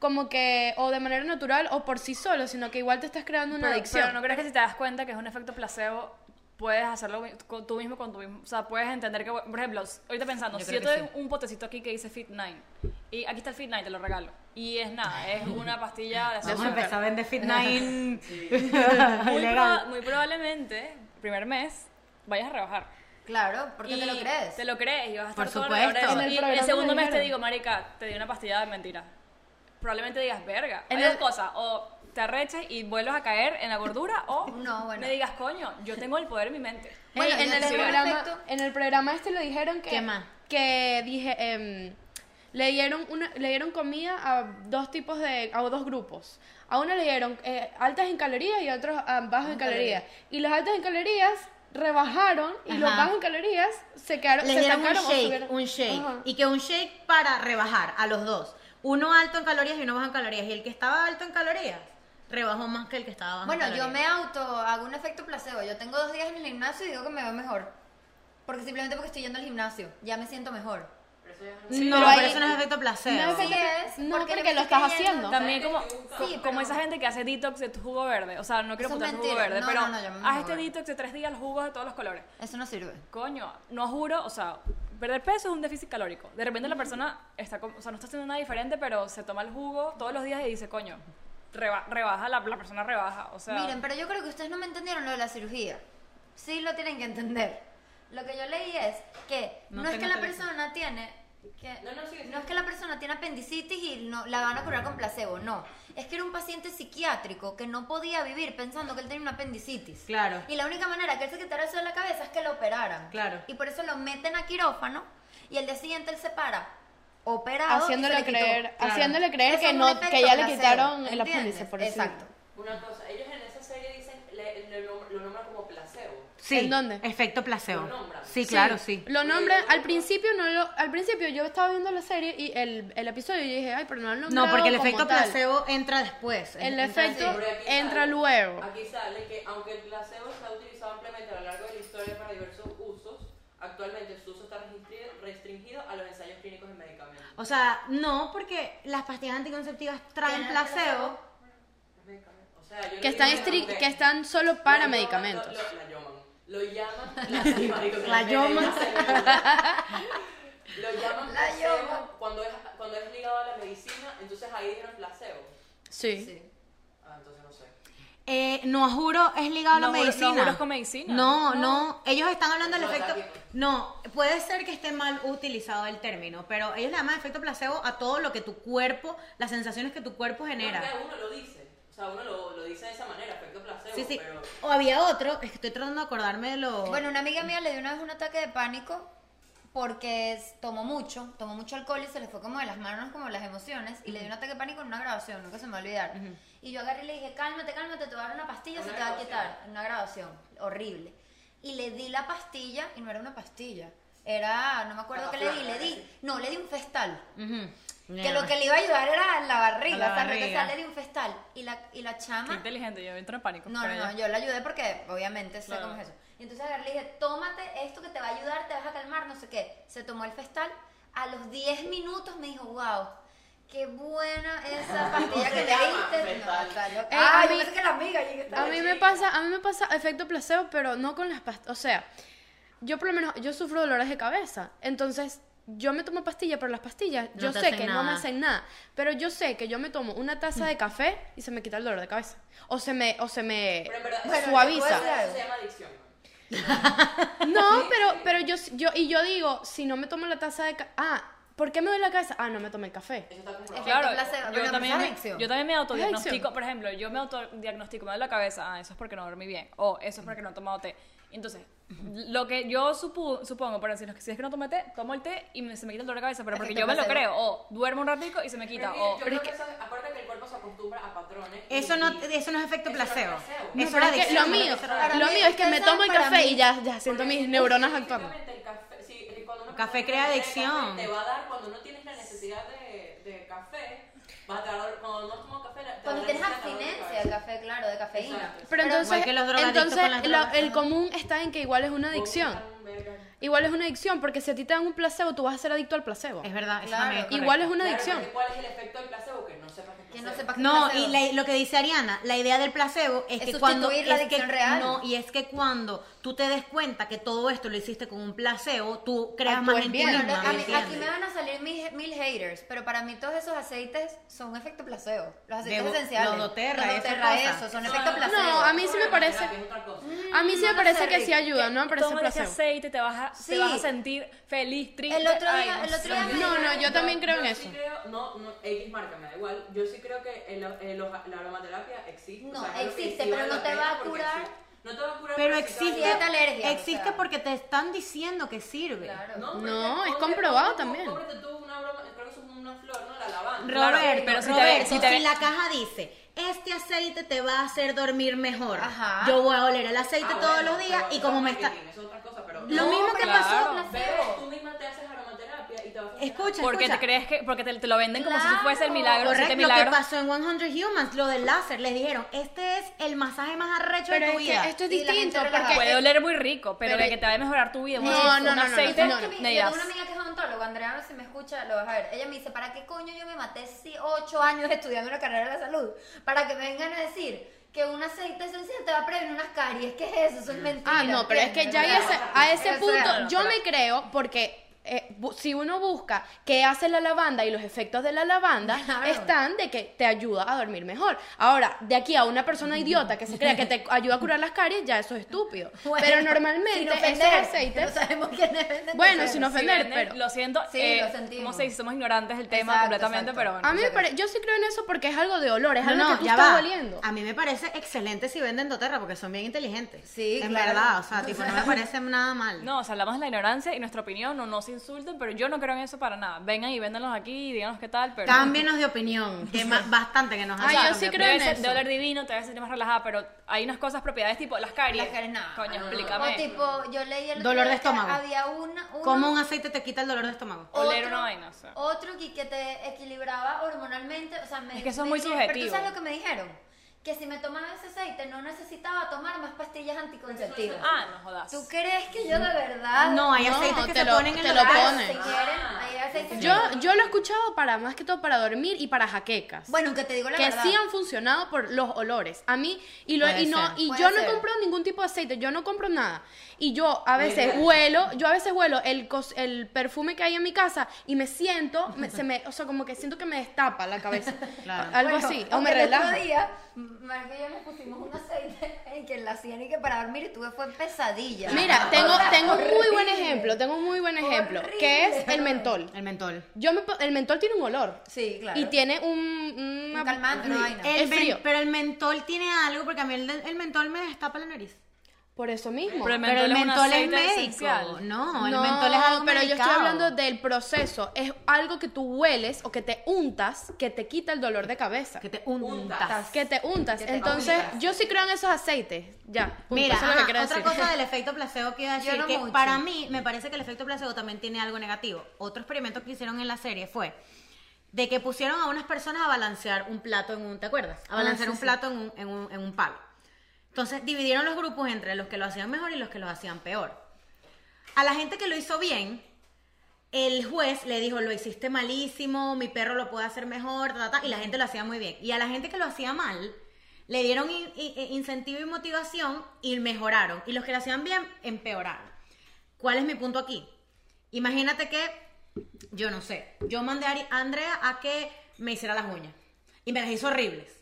B: como que, o de manera natural o por sí solo, sino que igual te estás creando una
E: pero,
B: adicción.
E: pero no crees que si te das cuenta que es un efecto placebo, puedes hacerlo mi- con- tú mismo con tú mismo. O sea, puedes entender que, por ejemplo, s- ahorita pensando,
A: Yo
E: si
A: creo
E: yo
A: que
E: te doy un potecito aquí que dice Fit9, y aquí está el Fit9, te lo regalo. Y es nada, es una pastilla de azúcar.
A: Vamos a empezar a vender Fit Nine
E: muy, proba-
A: ilegal.
E: muy probablemente, primer mes, vayas a rebajar.
D: Claro, porque te
E: Y
D: lo crees.
E: Te lo crees y vas a
A: Por
E: estar todo
A: supuesto.
E: alrededor de
B: En el
E: eso. Y el,
B: programa
E: segundo
B: lo
E: mes te
B: dijeron.
E: digo, marica, te di una pastilla de mentira. Probablemente digas, verga.
B: En
E: Hay dos
B: el-
E: cosas. O te arreches y vuelves a caer en la gordura o
D: No, bueno.
E: me digas, coño, yo tengo el poder en mi mente.
D: Bueno,
B: Ey, en,
D: yo
B: el
D: tengo un
B: programa,
D: efecto-
B: en el programa este lo dijeron que.
A: ¿Qué más?
B: Que dije. em, le dieron, una, le dieron comida a dos tipos de. a dos grupos. A uno le dieron eh, altas en calorías y a otros ah, bajos en calorías. Y los altos en calorías rebajaron y los
A: Ajá.
B: bajos en calorías se quedaron.
A: Les
B: se
A: dieron un
B: estancaron o
A: shake,
B: subieron.
A: un shake
B: Ajá.
A: y que un shake para rebajar a los dos. Uno alto en calorías y uno bajo en calorías y el que estaba alto en calorías rebajó más que el que estaba bajo. en
D: Bueno, yo
A: calorías.
D: me auto hago un efecto placebo. Yo tengo dos días en el gimnasio y digo que me veo mejor. Porque simplemente porque estoy yendo al gimnasio, ya me siento mejor.
C: Pero eso ya es-
A: No,
B: pero
A: pero,
B: ahí-
A: eso no es efecto placebo.
B: No es
D: Sí
B: efecto-
D: es,
B: no,
D: porque
B: porque
D: yo
B: lo
D: me estoy
B: estás
D: creyendo.
B: haciendo.
E: También como,
C: equivoca.
E: co-
D: Sí,
E: como
D: pero-
E: esa gente que hace detox de tu jugo verde. O sea, no quiero
D: Eso es
E: apuntar tu jugo
D: mentira.
E: verde,
D: No,
E: pero
D: no, no, yo me
E: haz
D: jugo
E: este
D: verde.
E: detox de tres días, jugos de todos los colores.
D: Eso no sirve.
E: Coño, no juro, o sea, perder peso es un déficit calórico. De repente la persona está, com- o sea, no está haciendo nada diferente, pero se toma el jugo todos los días y dice, coño, reba- rebaja, la, la persona rebaja, o sea,
D: Miren, pero yo creo que ustedes no me entendieron lo de la cirugía. Sí lo tienen que entender. Lo que yo leí es que no,
A: No
D: es que
A: tengo
D: la
A: teléfono.
D: persona tiene que
C: No, no, sigue, sigue.
D: no es que la persona tiene apendicitis y no la van a curar con placebo, no. Es que era un paciente psiquiátrico que no podía vivir pensando que él tenía una apendicitis.
A: Claro.
D: Y la única manera que él se quitara eso de la cabeza es que lo operaran.
A: Claro.
D: Y por eso lo meten a quirófano y el día siguiente él se para operado y se
B: Haciéndole
D: le quitó.
B: creer,
A: claro.
B: haciéndole creer
D: Eso
B: que
D: es un
B: no,
D: efecto
B: que ya le
D: placebo,
B: quitaron el
D: ¿entiendes?
B: apéndice, por decirlo.
D: Exacto.
C: Una cosa, ellos en esa serie dicen, le- le nom- lo nombran como placebo.
A: Sí,
B: ¿En dónde?
A: Efecto placebo.
C: Lo nombran.
A: Sí, claro, sí.
B: Lo nombran, al principio no lo, al principio yo estaba viendo la serie y el, el episodio y yo dije, ay, pero no lo
A: No, porque el
B: como
A: efecto
B: tal".
A: placebo entra después.
B: El
A: Entra-
B: efecto
C: Pero aquí sale-
B: entra luego.
C: Aquí sale que aunque el placebo se ha utilizado ampliamente a lo largo de la historia para diversos usos, actualmente su uso está restringido, restringido a los ensayos clínicos de medicamentos.
A: O sea, no, porque las pastillas anticonceptivas traen
D: Tienen
A: placebo.
C: O sea, yo
B: Que
C: le
B: están,
C: digo a esta
B: estric-
C: mujer,
B: que están solo
C: la
B: para
C: llaman-
B: medicamentos.
C: Lo, lo- la llaman. Lo llaman. La, sí, marico, que
A: La
C: me dio
A: llaman.
C: esa Lo llaman
D: La
C: placebo
D: llaman.
C: cuando es, cuando es ligado a la medicina, entonces ahí dijeron placebo.
B: Sí.
D: Sí.
C: Ah, entonces no sé.
A: Eh, no juro es ligado a la
E: No juro- no
A: medicina.
E: juro es con medicina.
A: No, no, ellos están hablando del
C: No,
A: efecto.
C: está bien.
A: No, puede ser que esté mal utilizado el término, pero ellos le llaman efecto placebo a todo lo que tu cuerpo, las sensaciones que tu cuerpo genera.
C: Porque uno lo dice. O sea, uno lo, lo dice de esa manera, efecto placebo.
A: Sí, sí.
C: Pero
A: O había otro, es que estoy tratando de acordarme de lo.
D: Bueno, una amiga mía le dio una vez un ataque de pánico porque es- tomó mucho, tomó mucho alcohol y se le fue como de las manos, como las emociones, y le dio un ataque de pánico en una grabación, nunca se me va a olvidar. Y yo agarré y le dije, cálmate, cálmate, te voy a dar una pastilla,
C: Una
D: se te va a
C: grabación.
D: quitar. En una grabación, horrible. Y le di la pastilla y no era una pastilla, era, no me acuerdo qué le di, le di, no, le di un festal.
A: Ujú.
D: Que lo que le iba a ayudar era la barriga,
A: A la
D: o sea,
A: barriga.
D: regresarle de un festal. Y la, y la
E: qué
D: chama
E: inteligente, yo entro en pánico.
D: ah. no,
E: pero
D: no, no,
E: ya.
D: yo la ayudé porque obviamente sé
E: Claro.
D: cómo es eso. Y entonces agarré y le dije, tómate esto que te va a ayudar, te vas a calmar, no sé qué. Se tomó el festal, a los 10 minutos me dijo, wow, qué buena esa pastilla que le
C: llama
D: diste. No,
C: Festal.
D: está loca.
B: Eh,
D: Ay,
B: a
D: yo
B: mí-
D: pensé que la amiga. yo que estaba
B: A mí me pasa, a mí me pasa efecto placebo, pero no con las pastillas. O sea, yo por lo menos, yo sufro dolores de cabeza. Entonces, yo me tomo pastillas, pero las pastillas,
A: No
B: yo
A: te
B: sé
A: hacen
B: que no me
A: nada.
B: hacen nada. Pero yo sé que yo me tomo una taza de café y se me quita el dolor de cabeza. O se me, o se me
C: Pero en verdad-
D: Bueno,
B: suaviza.
D: después de-
C: eso se llama adicción. ¿no?
B: No, pero, pero yo, yo, y yo digo, si no me tomo la taza de café, ah, ¿por qué me duele la cabeza? Ah, no me tomé el café.
C: Eso está comprobado.
D: Efecto
E: Claro,
D: placebo, pero
E: yo
D: no
E: también,
D: es
E: me,
D: adicción.
E: yo también me autodiagnostico,
B: adicción.
E: por ejemplo, yo me autodiagnostico, me duele la cabeza, ah, eso es porque no dormí bien, o eso es porque no he tomado té. Entonces, Lo que yo supu- supongo, pero si, no- si es que no tomé té, tomo el té y me- se me quita el dolor de cabeza, pero porque
D: Efecto
E: yo me lo
D: placebo.
E: creo. O duermo un ratico y se me
C: Pero
E: quita.
C: es que
E: O
C: yo creo que, eso es- acuérdate que el cuerpo se acostumbra a patrones. y-
A: Eso no,
C: y-
A: eso no es efecto
C: eso no es
A: placebo.
C: placebo.
B: No,
A: Eso era
B: pero es que lo
A: adicción,
B: mío,
A: eso era
D: para
B: lo
D: mí,
B: mío es que me
D: ustedes
B: tomo el
D: saben, para
B: café
D: mí-
B: y ya, ya siento
C: Porque
B: mis
C: sí,
B: neuronas
C: sí,
B: actuando.
C: efectivamente, el café, sí, el- cuando uno
A: Café
C: toma
A: crea
C: café, el café
A: adicción.
C: Te va a dar cuando no tienes la necesidad de, de café. Va a te va a dar, cuando no has tomado café. la- te
D: Cuando
C: va a
D: tienes
C: dar dolor de
D: abstinencia
C: cabeza.
D: de café, claro, de cafeína.
C: Exacto.
B: Pero entonces,
A: igual que los drogadictos
B: entonces
A: con las
B: lo-
A: drogas,
B: el
A: ¿no?
B: común está en que igual es una adicción.
C: Vos estás un verga.
B: Igual es una adicción, porque si a ti te dan un placebo, tú vas a ser adicto al placebo.
A: Es verdad, eso
D: Claro.
A: también es
B: Igual es
A: correcto.
B: una
C: Claro,
B: adicción.
C: porque ¿Cuál es el efecto del placebo? Que no sepas que es
D: Que
C: placebo.
D: no sepas qué
A: No,
D: placebo.
A: y la- lo que dice Ariana, la idea del placebo es,
D: Es
A: que cuando
D: sustituir la
A: es que-
D: adicción real.
A: no, y es que cuando tú te des cuenta que todo esto lo hiciste con un placebo, tú creas
B: Actúas
A: más en ti
B: bien.
D: Bueno,
A: misma,
D: no,
A: ¿me
D: a mí- aquí
A: entiendes?
D: me van a salir mis- mil haters, pero para mí todos esos aceites son efecto placebo. Los aceites
A: Debo-
D: esenciales.
A: los doTERRA,
D: Los
A: esa
D: doTERRA,
A: cosa.
D: eso, son
C: No,
D: efecto
C: no,
D: placebo.
B: No, a mí sí me
C: Bueno,
B: parece-
C: terapia es otra cosa.
B: A mí sí me
D: no lo
B: parece
D: sé,
B: que
D: Rick.
B: sí ayuda, ¿no? Me parece
E: Tómale ese
B: placebo.
E: aceite, te vas a,
D: Sí.
E: te vas a sentir feliz, triste.
D: El otro
E: Ay,
D: día-
E: no
D: el otro
E: sé.
D: día me-
B: No, no, yo también creo en
C: yo
B: eso.
C: Sí creo, no, no, X marca, me da igual. Yo sí creo que el- el- la aromaterapia existe.
D: No,
C: es algo que
D: existe,
C: sí
D: pero
C: vale
D: no
C: la
D: te
C: pena
D: va a
C: porque
D: curar.
C: sí. No te va a curar.
A: Pero
C: pero sí te va a
A: existe,
D: Sí,
C: ayudar.
D: tal alergia, o
A: existe
D: sea.
A: porque te están diciendo que sirve.
D: Claro.
C: pero
B: No, es
C: te- cómprate-
B: comprobado
C: tú-
B: también.
C: Cómprate tú una broma, creo que eso es una flor, ¿no? La lavanda.
A: Roberto,
E: Claro, pero si te-
A: Roberto,
E: si te-
A: la caja dice, este aceite te va a hacer dormir mejor,
D: Ajá.
A: yo voy a oler el aceite
C: Ah,
A: todos
C: bueno,
A: los días
C: pero
A: y
C: eso
A: como
C: es
A: me está...
C: marketing, eso es otra cosa, pero
A: Lo
C: no,
A: mismo que
E: claro.
A: pasó...
C: pero tú misma te haces aromaterapia y te va a funcionar.
A: Escucha,
E: Porque
A: escucha.
E: te crees que, porque te, te lo venden como si
D: Claro.
E: fuese el milagro,
A: Correcto,
E: siete
A: lo que
E: milagros.
A: pasó en 100 Humans, lo del láser, les dijeron, este es el masaje más arrecho
B: Pero
A: de tu
B: es
A: vida.
B: que esto es
D: Y la gente
B: distinto,
D: relajada.
B: porque...
E: Puede oler muy rico, pero,
B: Pero-
E: de que te va a mejorar tu vida.
B: No,
E: un-
B: no,
E: un
B: no, no,
E: aceite,
B: no,
D: ¿Sabes que mi-
E: ni
D: yo
E: das.
D: tengo una amiga que es odontóloga, Andrea, no sé si me escucha, lo vas a ver. Ella me dice, ¿para qué coño yo me maté si ocho años estudiando la carrera de la salud? Para que me vengan a decir que un aceite esencial te va a prevenir unas caries. ¿Qué es eso? Eso es mentira.
B: Ah, no, pero es que ya
D: ¿entiendes?
B: a ese, a ese
D: O sea,
B: punto yo
E: pero-
B: me creo porque... eh, bu- si uno busca qué hace la lavanda y los efectos de la lavanda
D: Claro.
B: están de que te ayuda a dormir mejor. Ahora, de aquí a una persona idiota que se crea que te ayuda a curar las caries, ya eso es estúpido.
D: Bueno,
B: pero
D: sin
B: normalmente esos
D: ofender,
B: aceites...
D: No sabemos quién es
B: Bueno, si no
E: Si
B: ofender,
E: venden,
B: pero-
E: Lo siento,
D: Sí,
E: eh,
D: lo sentimos.
E: como se dice, somos ignorantes del tema
D: Exacto,
E: completamente,
D: exacto.
E: pero bueno.
B: A mí me
D: Bueno,
B: parece, yo sí creo en eso porque es algo de olor, es
A: No,
B: algo
A: no,
B: que tú
A: ya
B: estás
A: va. Ah,
B: oliendo.
A: A mí me parece excelente si venden doTERRA porque son bien inteligentes.
D: Sí,
A: En
D: claro.
A: verdad, o sea, tipo, no me parece nada mal.
E: No, o sea, hablamos de la ignorancia y nuestra opinión, no nos insulten, pero yo no creo en eso para nada. Vengan y véndanos aquí y díganos qué tal, pero... Ah,
A: Cámbienos de opinión, que ma- bastante que nos
B: Ay,
A: hallaron
B: yo sí
A: de
B: creo
E: Debe
B: en
E: ser
B: eso.
E: de oler divino, te vas a sentir más relajada, pero hay unas cosas, propiedades tipo las caries.
D: Las caries, nada.
E: Coño,
D: Ah,
C: no, no.
E: explícame.
D: O tipo, yo leí el otro
A: Dolor de
D: día que
A: estómago.
D: Había una, una
A: ¿Cómo un aceite te quita el dolor de estómago?
E: Oler una vaina, o sea.
D: Otro que, que te equilibraba hormonalmente, o sea, me
E: Es que eso es
D: me
E: muy
D: dijeron- Pero
E: subjetivo.
D: tú sabes lo que me dijeron, que si me tomaba ese aceite no necesitaba tomar más pastillas anticonceptivas.
E: Ah, no jodas.
D: ¿Tú crees que yo de verdad? Ah,
A: No, hay
B: No,
A: aceites que
B: te
A: se
B: lo-
A: ponen en
B: te
A: el
B: lo
A: brazo.
B: ponen.
D: Si quieren, hay aceites que-
B: Yo, yo lo he escuchado para más que todo para dormir y para jaquecas.
D: Bueno, que te digo la
B: que
D: verdad.
B: sí han funcionado por los olores. A mí, y, lo,
A: Puede
B: y, no,
A: ser.
B: y
D: Puede
B: yo no
D: ser.
B: compro ningún tipo de aceite, yo no compro nada. Y yo a veces
C: Huele.
B: huelo, yo a veces huelo el, cos- el perfume que hay en mi casa y me siento, me- se me, o sea, como que siento que me destapa la cabeza.
A: Claro.
B: Algo
D: Bueno,
B: así, o
D: aunque
B: me
D: El
B: relaja.
D: otro día, Marco y yo nos pusimos un aceite en que la hacían y que para dormir y tuve fue pesadilla.
B: Mira, tengo,
D: O sea,
B: tengo un muy buen
D: horrible.
B: ejemplo, tengo un muy buen ejemplo, que es el
D: Horrible.
B: mentol.
A: El mentol.
B: Yo me po- el mentol tiene un olor.
D: Sí, claro.
B: Y tiene un...
D: Un calmante, una vaina.
A: El
B: Es
A: men-
B: frío.
A: pero el mentol tiene algo porque a mí el, de- el mentol me destapa la nariz.
B: Por eso mismo.
E: Pero el
A: pero el mentol es,
E: un aceite
A: médico.
E: esencial.
A: No, el mentol es algo
B: pero yo
A: medicado.
B: estoy hablando del proceso. Es algo que tú hueles o que te untas que te quita el dolor de cabeza.
A: que
B: Que
A: te
C: Untas.
A: untas.
B: te, untas.
D: Que te
B: Entonces,
D: untas.
B: yo sí creo en esos aceites. Ya. punto.
A: Mira,
B: Eso es lo que
A: ajá,
B: quiero
A: otra
B: decir.
A: cosa del efecto placebo que iba a
D: Yo
A: decir,
D: no
A: que
D: mucho.
A: para mí me parece que el efecto placebo también tiene algo negativo. Otro experimento que hicieron en la serie fue de que pusieron a unas personas a balancear un plato en un, ¿te acuerdas? A balancear un plato en, un, en, un, en un palo. Entonces dividieron los grupos entre los que lo hacían mejor y los que lo hacían peor. A la gente que lo hizo bien, el juez le dijo, lo hiciste malísimo, mi perro lo puede hacer mejor, ta, ta, ta, y la gente lo hacía muy bien. Y a la gente que lo hacía mal, le dieron in- in- incentivo y motivación y mejoraron. Y los que lo hacían bien, empeoraron. ¿Cuál es mi punto aquí? Imagínate que, yo no sé, yo mandé a Ari- a Andrea a que me hiciera las uñas. Y me las hizo horribles.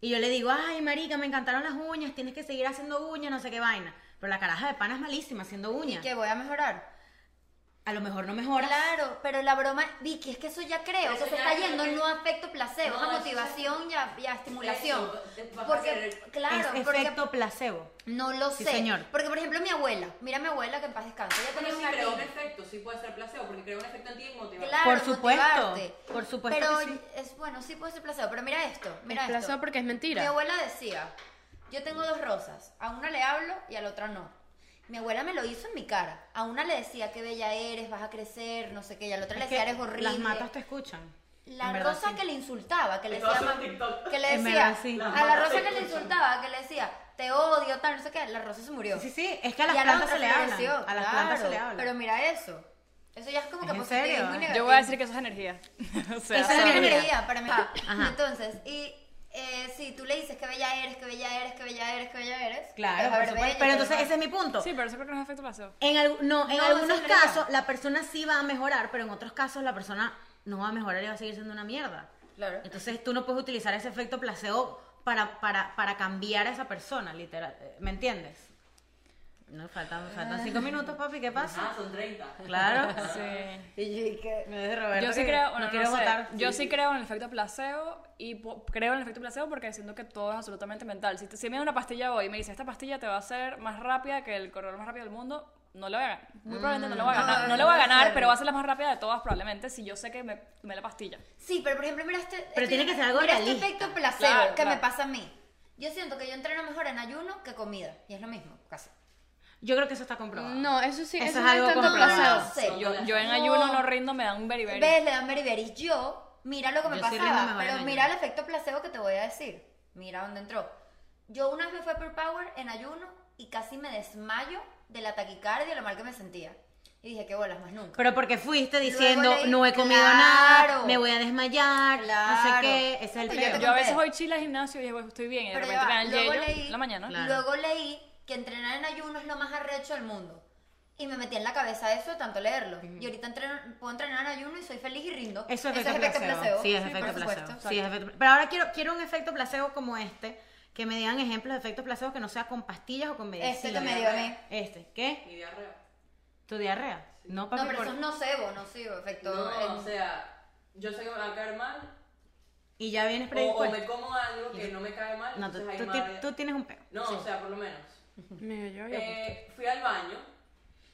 A: Y yo le digo, ay, marica, me encantaron las uñas, tienes que seguir haciendo uñas, no sé qué vaina. Pero la caraja de pana es malísima haciendo uñas.
D: que voy a mejorar.
A: a lo mejor no mejora.
D: Claro, pero la broma, Vicky, es que eso ya creo,
C: Eso
D: que se
C: ya
D: está
C: creo
D: yendo
C: que-
D: no a efecto placebo,
C: No,
D: a
C: eso
D: motivación y a, y a estimulación.
C: Eso, vas a
D: porque,
C: hacer-
D: claro,
A: es
D: porque
A: efecto placebo.
D: no lo
A: Sí,
D: sé.
A: señor.
D: Porque, por ejemplo, mi abuela, mira a mi abuela que en paz descanse, ella
C: Pero
D: tenía
C: sí
D: un
C: creó un
D: jardín.
C: efecto, sí puede ser placebo, porque creó un efecto en ti y motivado.
D: Claro,
A: Por supuesto,
D: motivarte.
A: por supuesto
D: Pero
A: que sí.
D: es bueno, sí puede ser placebo, pero mira esto, mira
B: es
D: esto.
B: plazo porque es
D: Mi
B: mentira.
D: abuela decía, yo tengo dos rosas, a una le hablo y a la otra no. Mi abuela me lo hizo en mi cara. A una le decía qué bella eres, vas a crecer, no sé qué, y a la otra le
A: Es
D: decía
A: que
D: eres horrible.
A: Las matas te escuchan.
D: La
A: En verdad,
D: rosa
A: sí.
D: que le insultaba, que le
C: Eso va a
D: decía,
C: ser
D: "Ma-
C: un TikTok".
D: que le
A: En
D: decía,
A: verdad, sí.
D: a
C: Las
D: la
C: matas
D: rosa
C: se
D: que le
C: escuchan.
D: insultaba, que le decía, te odio, tal, no sé qué, la rosa se murió.
A: Sí, sí, es que a las
D: Y la
A: plantas
D: otra
A: se le
D: floreció,
A: habla. A las plantas se
D: claro.
A: le habla.
D: Pero mira eso, eso ya es como
A: ¿Es
D: que
A: en
D: positivo,
A: serio?
D: es muy
A: Yo
D: negativo.
E: Yo voy a decir que eso es energía. o sea,
D: Esa es la
E: sorry.
A: energía.
D: energía para mí.
A: Ah, Ajá.
D: Entonces, y eh, si tú le dices que bella eres, que bella eres, que bella eres, que bella eres, te
A: Claro,
D: vas a
A: por
D: ver
A: supuesto.
D: bella,
A: Pero
D: te vas a
A: entonces
D: ver-
A: ese es mi punto.
E: Sí, pero eso creo que no es efecto placebo.
A: En algu- no, en
D: No,
A: algunos
D: eso es verdad.
A: casos la persona sí va a mejorar, pero en otros casos la persona no va a mejorar y va a seguir siendo una mierda.
D: Claro.
A: Entonces tú no puedes utilizar ese efecto placebo para, para, para cambiar a esa persona, literal. eh, ¿Me entiendes? No, faltan, faltan cinco minutos, papi, ¿qué
C: Ah,
A: pasa?
C: son 30.
A: Claro.
E: Sí.
D: Y yo dije,
A: Me dice Roberto
E: Yo sí
A: que
E: creo, bueno,
A: no
E: no
A: quiero
E: sé,
A: votar.
E: Yo sí creo en el efecto placebo y po- creo en el efecto placebo porque siento que todo es absolutamente mental. Si, te- si me dan una pastilla hoy y me dice esta pastilla te va a hacer más rápida que el corredor más rápido del mundo, no lo voy a ganar. Muy probablemente no lo voy a
D: Mm. no,
E: ganar. No,
D: no
E: lo voy a
D: va a
E: ganar,
D: ser.
E: pero va a ser la más rápida de todas probablemente si yo sé que me tomé la pastilla.
D: Sí, pero por ejemplo, mira este. este-
A: tiene que ser algo
D: mira este
A: realista.
D: efecto placebo
E: Claro,
D: que
E: claro.
D: me pasa a mí. Yo siento que yo entreno mejor en ayuno que comida. Y es lo mismo, casi.
A: Yo creo que eso está comprobado.
B: No, eso sí,
A: Eso
B: eso,
A: es
B: no
A: algo
B: es tanto
A: como-
B: placebo.
D: No, no sé.
E: Yo, yo en
D: No.
E: ayuno no rindo, me dan un beriberi.
D: ¿Ves? Le dan beriberis. Yo, mira lo que me
A: Yo sí rindo
D: pasaba.
A: mejor en
D: Pero
A: ayuno.
D: mira el efecto placebo que te voy a decir. Mira dónde entró. Yo una vez me fui a Pearl Power en ayuno y casi me desmayo de la taquicardia y lo mal que me sentía. Y dije, qué bolas, más nunca.
A: Pero porque fuiste diciendo,
D: leí-
A: no he comido
D: Claro.
A: nada, me voy a desmayar, no sé
D: Claro.
A: qué, ese es el
D: Pues yo
A: peor.
D: te
E: yo a veces
D: compré.
E: voy chile al gimnasio y digo, estoy bien. Y de
D: Pero ya
E: repente
D: va,
E: me dan
D: luego
E: yello
D: leí-
E: en la mañana.
A: Claro.
D: Luego leí que entrenar en ayuno es lo más arrecho del mundo. Y me metí en la cabeza eso de tanto leerlo. Y ahorita entreno- puedo entrenar en ayuno y soy feliz y rindo.
A: Eso es
D: Ese
A: efecto placebo. Sí, es
D: por
A: efecto placebo.
D: supuesto.
A: Sí, es efecto- Pero ahora quiero, quiero un efecto placebo como este, que me digan ejemplos de efectos placebo que no sea con pastillas o con medicinas.
D: Este que me dio a mí.
A: Este, ¿qué?
C: Ni diarrea.
A: ¿Tu diarrea? No, papi,
D: No, pero
A: por-
D: eso es nocebo, nocivo, efecto.
C: No,
D: el-
C: o sea, yo sé que me va a caer mal,
A: Y ya vienes
C: o, o
A: predispuesto.
C: me como algo que no me cae mal,
A: No, tú,
C: entonces
A: tú
C: ahí
A: ti-
C: madre-
A: tú tienes un peo.
C: No, o sea, por lo menos.
B: Mira, yo, yo apuesto.
C: Eh, fui al baño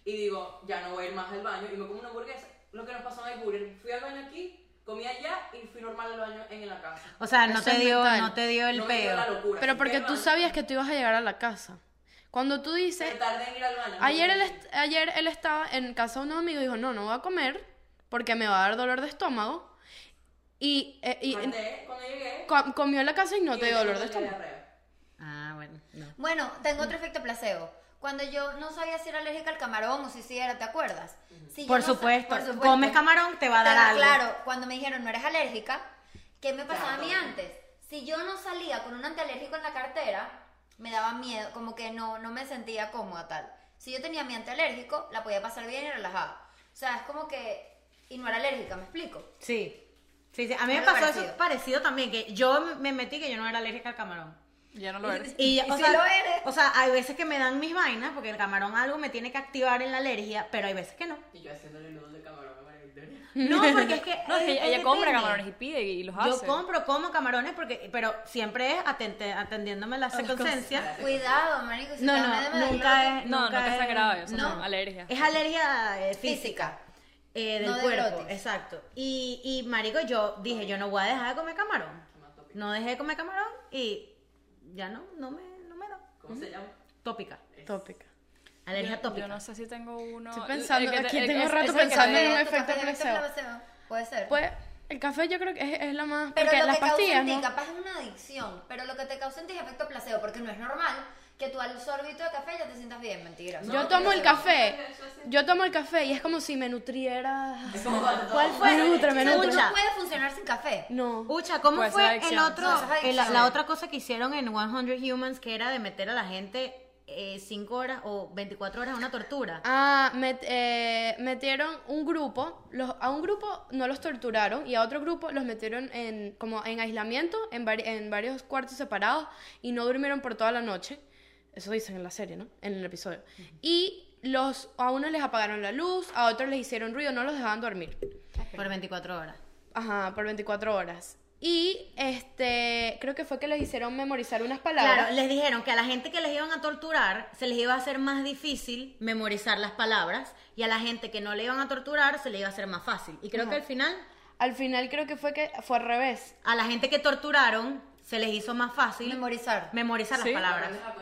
C: y digo, ya no voy a ir más al baño y me como una hamburguesa. Lo que nos pasó en el burger, fui al baño aquí, comí allá y fui normal al baño en la casa.
A: O sea, no
B: Eso
A: te,
B: es
A: dio,
B: mental.
A: no te dio el
C: no me dio
A: peo.
C: la locura.
B: Pero
C: así
B: porque
C: que
B: tú
C: no,
B: sabías que tú ibas a llegar a la casa. Cuando tú dices,
C: pero tardé en ir al baño.
B: Ayer él, est- ayer él estaba en casa de un amigo y dijo, no, no voy a comer porque me va a dar dolor de estómago. Y, eh, y-
C: Tardé, cuando llegué.
B: co- comió en la casa y no
C: y
B: te
C: me
B: dio dolor
C: dio
B: de estómago.
C: diarrea.
A: Ah, bueno, no.
D: Bueno, tengo
B: Mm.
D: otro efecto placebo. Cuando yo no sabía si era alérgica al camarón o si sí era, ¿te acuerdas? Si yo
A: Por
D: no sa-
A: supuesto, comes camarón, te va a dar
D: Pero
A: algo.
D: Claro, cuando me dijeron no eres alérgica, ¿qué me pasaba a mí
C: Claro.
D: antes? Si yo no salía con un antialérgico en la cartera, me daba miedo, como que no, no me sentía cómoda tal. Si yo tenía mi antialérgico, la podía pasar bien y relajada. O sea, es como que... Y no era alérgica, ¿me explico?
A: Sí. Sí, sí, A mí me
D: Algo
A: pasó eso
D: parecido.
A: parecido también, que yo me metí que yo no era alérgica al camarón.
E: Ya no lo eres.
A: Y, ya-
D: Y
A: o,
D: si
A: sea,
D: lo eres.
A: o sea, hay veces que me dan mis vainas porque el camarón algo me tiene que activar en la alergia, pero hay veces que no.
C: Y yo haciéndole nudos de camarón a María Victoria.
A: No, porque Eh, es que.
E: No, es que ella,
A: depende.
E: ella compra camarones y pide y, y los hace.
A: Yo compro, como camarones, porque, pero siempre es atente- atendiéndome la circunstancia.
D: Cuidado, marico. si
A: No,
D: te
A: no,
D: van a dar
A: nunca es.
E: No,
A: nunca
E: nunca es grave, o sea,
A: no.
E: no, alergia.
A: Es alergia eh, física.
D: Física.
A: eh, del
D: No de
A: cuerpo,
D: brotes.
A: exacto. Y, y, marico, yo dije, yo no voy a dejar de comer camarón. No dejé de comer camarón y ya no, no me, no me da.
C: ¿Cómo se llama?
A: Tópica.
B: Tópica.
A: Alergia
E: Yo-
A: tópica.
E: Yo no sé si tengo uno.
B: Estoy
E: El-
B: pensando,
E: el que
B: aquí
E: el-
B: tengo
E: es-
B: rato
E: es el que
B: pensando
E: te-
B: en
D: Efecto
B: efecto placebo.
D: Puede ser.
B: Pues el café yo creo que es, es la más...
D: Pero
B: porque
D: lo
B: las
D: que causa
B: pastillas,
D: en ti
B: ¿no?
D: capaz es una adicción, pero lo que te causa en ti es efecto placebo, porque no es normal que tú al sorbito de café ya te sientas bien, mentira.
B: Yo tomo el café, yo tomo el café y es como si me nutriera...
C: Es como cuando
A: ¿Cuál
C: tomas-
A: fue?
B: Me nutre, me
D: O sea, tú
B: nutre.
D: no puedes funcionar sin café.
B: No.
A: Ucha, ¿cómo
E: Pues,
A: fue el
E: adicción.
A: otro,
D: No, esa es
A: el- la,
D: adicción.
A: otra cosa que hicieron en 100 Humans que era de meter a la gente 5 horas o 24 horas a una tortura?
B: Ah, met- eh, metieron un grupo, los, a un grupo no los torturaron y a otro grupo los metieron en, como en aislamiento, en, vari- en varios cuartos separados y no durmieron por toda la noche. Eso dicen en la serie, ¿no? En el episodio. Y los, a unos les apagaron la luz, a otros les hicieron ruido, no los dejaban dormir.
A: Por 24 horas.
B: Ajá, por 24 horas. Y este, creo que fue que les hicieron memorizar unas palabras.
A: Claro, les dijeron que a la gente que les iban a torturar se les iba a hacer más difícil memorizar las palabras y a la gente que no le iban a torturar se le iba a hacer más fácil. Y creo que al final
B: Al final creo que fue que fue al revés.
A: a la gente que torturaron se les hizo más fácil
D: Memorizar.
A: memorizar
E: Sí.
A: las palabras.
E: No me acuerdo.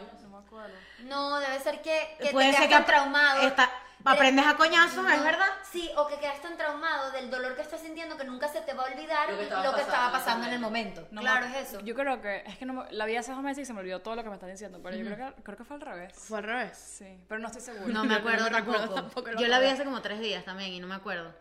D: No, debe ser que, que
A: Puede
D: te
A: ser
D: quedas tan
A: que apre-
D: traumado.
A: está-
D: de-
A: aprendes a coñazos,
D: No,
A: ¿es verdad?
D: Sí, o que quedas tan traumado del dolor que estás sintiendo que nunca se te va a olvidar
C: Lo
D: lo
C: que
D: que
C: estaba
D: estaba,
C: pasando en el
D: pasando en el
C: momento.
D: momento.
E: No me
D: claro,
E: ac-
D: es eso.
E: Yo creo que, es que no me- la vi hace dos meses y se me olvidó todo lo que me están diciendo, pero yo creo que, creo que fue al revés.
B: Fue al revés.
E: Sí, pero no estoy segura.
A: No me
B: Yo
A: acuerdo
B: no me acuerdo
A: tampoco.
B: tampoco, no
A: Yo
B: me
A: la vi
B: acuerdo.
A: hace como tres días también y no me acuerdo.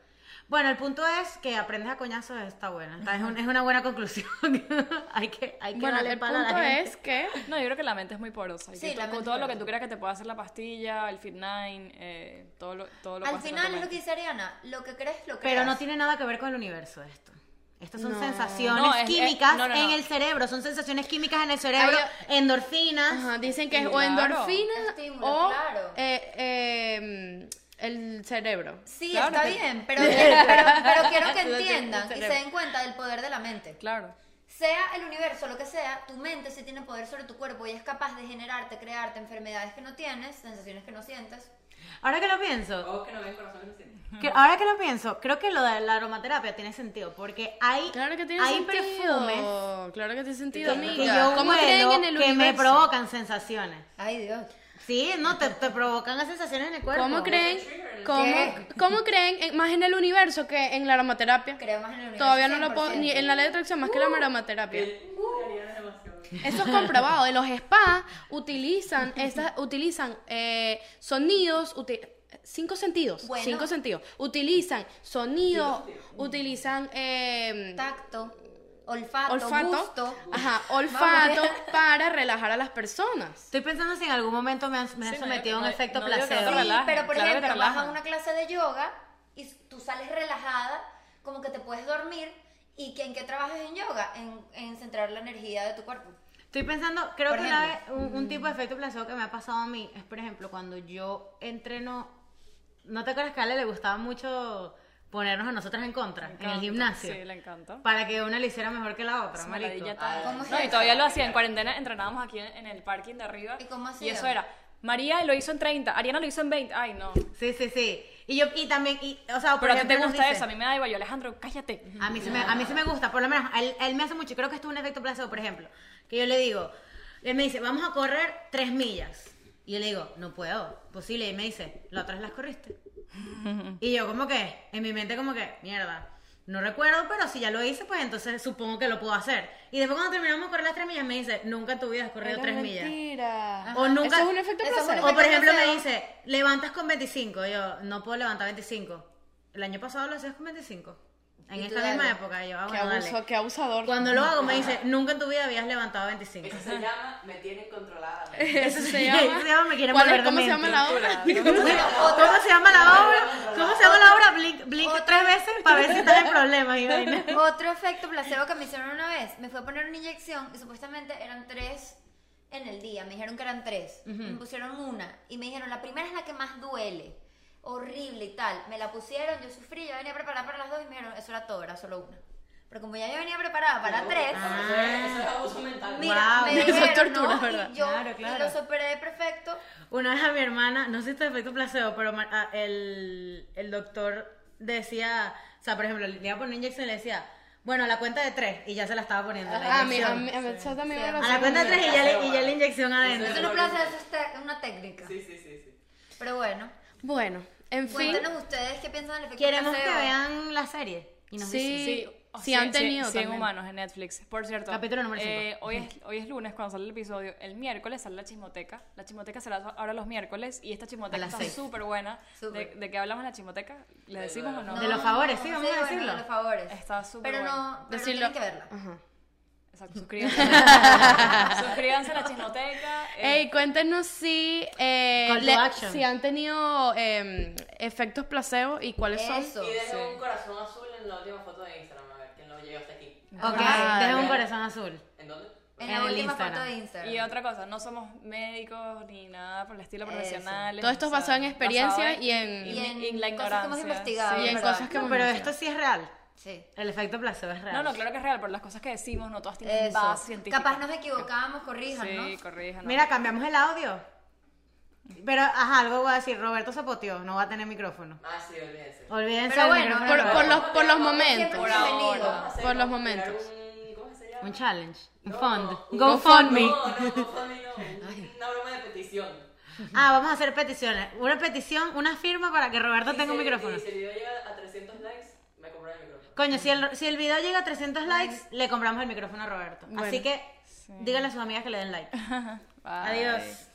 A: Bueno, el punto es que aprendes a coñazos está buena. Está- es, un- es una buena conclusión. hay que, hay que
B: Bueno,
A: darle
B: el
A: palo a la
B: punto
A: gente.
B: es que
E: No, yo creo que la mente es muy porosa. y
D: Sí,
E: que tú-
D: la mente
E: con
D: es
E: todo lo que
D: porosa.
E: tú creas que te puede hacer la pastilla, el Fit Nine, eh, todo lo, todo lo
D: Al
E: hace
D: final
E: con
D: es lo
E: tu
D: que dice Ariana, lo que crees, lo que
A: Pero no tiene nada que ver con el universo esto. Estas son
B: No.
A: sensaciones
E: No, es- es-
A: químicas
E: no, no, no.
A: en el cerebro, son sensaciones químicas en el cerebro,
B: Hay-
A: endorfinas.
B: ajá, dicen que es o
E: Claro.
A: ¿eh?
B: endorfina
D: Estímulo,
B: o
D: claro.
B: eh, eh, el cerebro.
D: Sí,
E: Claro,
D: está
E: te-
D: bien, pero, pero, pero quiero que
E: Entonces,
D: entiendan
E: el
D: y se
E: cerebro.
D: den cuenta del poder de la mente.
E: Claro.
D: Sea el universo, lo que sea, tu mente sí tiene poder sobre tu cuerpo y es capaz de generarte, crearte enfermedades que no tienes, sensaciones que no sientes.
A: Ahora que lo pienso,
C: Ojos que no ven, corazones que sienten.
A: que- ahora que lo pienso, creo que lo de la aromaterapia tiene sentido porque hay
B: Claro que tiene
A: hay
B: sentido.
A: perfumes
B: Claro que tiene
A: que,
B: sentido, amiga.
A: que yo
B: ¿Cómo creen
A: huelo
B: en el
A: que me
B: universo?
A: provocan sensaciones.
D: Ay, Dios.
A: Sí, no, te, te provocan las sensaciones en el cuerpo.
B: ¿Cómo creen?
C: trigger, ¿no?
B: ¿Cómo, cómo creen en- más en el universo que en la aromaterapia?
D: Creo más en el universo.
B: Todavía no lo puedo, ni
D: 100%.
B: en la ley de atracción, más que la aromaterapia.
C: Ariana es demasiado.
B: Eso es comprobado. En los spas utilizan, esas, utilizan eh, sonidos, uti- cinco sentidos.
D: Bueno.
B: Cinco sentidos. Utilizan sonidos, utilizan eh,
D: Tacto, olfato,
B: olfato,
D: gusto.
B: ajá, olfato
D: Vamos,
B: para relajar a las personas.
A: Estoy pensando si en algún momento me han, me han
E: Sí, no,
A: sometido a un
E: no,
A: efecto
E: no digo que no te
A: placebo.
E: relajes. Relaja,
D: pero por
E: claro que te
D: ejemplo, vas a
E: relaja.
D: una clase de yoga y s- tú sales relajada, como que te puedes dormir. ¿Y que, en qué trabajas en yoga? En, en centrar la energía de tu cuerpo.
A: Estoy pensando, creo
D: Por
A: que una vez,
D: ejemplo.
A: un, un tipo de efecto placebo que me ha pasado a mí es, por ejemplo, cuando yo entreno. ¿No te acuerdas que a Ale le gustaba mucho ponernos a nosotras en contra en el
E: encanta.
A: gimnasio?
E: Sí, le encanta.
A: Para que una le hiciera mejor que la otra,
E: Es una
A: marico.
E: ladilla tal.
D: ¿Cómo es
E: ah, No, y
D: eso?
E: todavía lo hacía. En cuarentena entrenábamos aquí en, en el parking de arriba.
D: ¿Y cómo hacían?
E: eso era. María lo hizo en 30, Ariana lo hizo en 20. Ay, no.
A: Sí, sí, sí. Y yo, y también, y, o sea, por
E: Pero a ti
A: ejemplo,
E: te
A: nos
E: gusta
A: dice-
E: eso. A mí me da igual. Yo, Alejandro, cállate.
A: A mí, sí me, a mí sí me gusta, por lo menos, a él, a él me hace mucho, creo que esto es un efecto placebo, por ejemplo, que yo le digo, él me dice, vamos a correr tres millas, y yo le digo, no puedo, posible, y me dice, la otra vez las corriste, y yo como que, en mi mente como que, mierda, no recuerdo, pero si ya lo hice, pues entonces supongo que lo puedo hacer, y después cuando terminamos de correr las tres millas, me dice, nunca en tu vida has corrido
B: Era
A: tres millas.
B: mentira.
A: O nunca.
B: Eso es un efecto
D: Eso es un
B: placebo.
A: O por ejemplo me
D: placebo.
A: dice, levantas con 25. Yo, no puedo levantar 25. El año pasado lo hacías con 25. En
D: Y tú
A: esta
D: dale.
A: misma época. Y Yo, ah,
B: Qué,
A: bueno, dale.
B: abuso- qué abusador.
A: Cuando lo hago me dice, nunca en tu vida habías levantado 25.
C: Eso se llama me tienen controlada.
A: Eso
B: Eso se
A: se
B: llama.
A: llama Me quieren
B: ¿Cuál es-
A: volver
B: ¿Cómo se
A: demente.
B: llama la obra?
A: ¿Cómo se llama la obra? ¿Cómo se llama la obra? Blink, blink
D: Otra.
A: tres veces para ver si estás en problemas. y vaina.
D: Otro efecto placebo que me hicieron una vez, me fue a poner una inyección y supuestamente eran tres en el día, me dijeron que eran tres, me pusieron una y me dijeron, la primera es la que más duele, horrible y tal, me la pusieron, yo sufrí, yo venía preparada para las dos y me dijeron, eso era todo, era solo una. Pero como ya yo venía preparada para tres,
C: Eso es- eso es abuso mental.
B: Ah,
D: mira, me
A: Wow. Ah, Eso es
D: dijeron, ¿no?
B: tortura,
D: Y
B: ¿verdad?
D: yo
A: Claro,
D: y
A: claro.
D: lo superé perfecto,
A: Una vez a mi hermana, no sé si esto es efecto placebo, pero ma- ah, el, el doctor decía, o sea, por ejemplo, le iba a poner una inyección y le decía, bueno, a la cuenta de tres, y ya se la estaba poniendo. la
B: Ah, mi- a
A: inyección.
B: mí- a mí- eso también
D: Sí.
B: me lo
A: a la
B: hacen
A: cuenta de
B: mucho.
A: tres y ya, le, y ya la inyección adentro.
D: eso no plaza, eso es te- una técnica,
C: Sí, sí, sí. sí.
D: pero bueno,
B: Bueno, en fin.
D: cuéntenos ustedes qué piensan del efecto
A: Queremos que
D: placebo.
A: vean la serie. Y nos dicen.
B: Sí,
E: Sí,
B: sí,
E: o
B: han
E: cien-
B: tenido.
E: cien- cien
B: también.
E: humanos en Netflix. Por cierto.
A: Capítulo número
E: eh,
A: cinco.
E: hoy, es, hoy es lunes cuando sale el episodio. El miércoles sale la chismoteca. La chismoteca será ahora los miércoles. Y esta chismoteca
A: las
E: está
A: seis.
E: súper buena.
D: Súper.
E: ¿De, de qué hablamos en la chismoteca? ¿Le decimos o no?
A: De los favores, sí, vamos a
D: bueno,
A: decirlo.
D: de los favores.
E: Está súper
D: Pero
E: bueno.
D: no, pero
B: Decirlo.
D: no tienen que verla.
B: Ajá.
E: Exacto, suscríbanse. suscríbanse a la chismoteca. eh,
B: Ey, cuéntenos si, eh,
A: Call to
B: le-
A: action.
B: si han tenido eh, efectos placebo y cuáles son.
D: Eso.
C: Y dejen
E: Sí.
C: un corazón azul en la última foto de Instagram, a ver quién lo llegó hasta aquí.
A: Ok,
E: Ah,
B: Ajá.
A: dejen un corazón azul.
C: ¿En dónde?
D: En
A: En
D: la
A: el
D: última
A: Instagram.
D: foto de Instagram.
E: Y otra cosa, no somos médicos ni nada por el estilo
D: Eso.
E: profesional.
B: Todo esto es basado en experiencia y en-
D: Y en
E: y en
D: cosas que
E: la ignorancia.
D: hemos investigado,
B: y en
D: ¿verdad?
B: cosas que
A: No,
B: hemos
A: pero
B: mencionado.
A: esto sí es real.
D: Sí.
A: El efecto placebo es real.
E: No, no, claro que es real, pero las cosas que decimos no todas tienen
D: Eso.
E: base científica.
D: Capaz nos equivocábamos, corrijan,
E: Sí,
D: ¿no?
E: corríjanos.
A: Mira, cambiamos el audio. Pero, ajá, algo voy a decir. Roberto zapoteó, no va a tener micrófono.
C: Ah, sí, olvídense.
A: Olvídense
D: Pero
A: del
D: bueno,
A: micrófono
B: Por,
A: de
B: por los,
A: Roberto.
B: por los
D: Siempre
B: momentos.
E: Por
D: bienvenido.
E: ahora.
C: Vamos a
B: por los
C: hacer- vamos a crear
B: momentos.
C: un- ¿Cómo se llama?
A: Un challenge, un
C: No,
A: fund,
C: un-
A: GoFundMe.
C: No, no, GoFundMe no. Una broma de petición.
A: Ah, vamos a hacer peticiones. Una petición, una firma para que Roberto
C: Y
A: tenga un
C: si-
A: micrófono.
C: Y si el video llega a 300 likes, me compraré el micrófono.
A: Coño, si el, si el video llega a 300 likes, le compramos el micrófono a Roberto.
B: Bueno.
A: Así que díganle a sus amigas que le den like.
E: Bye.
A: Adiós.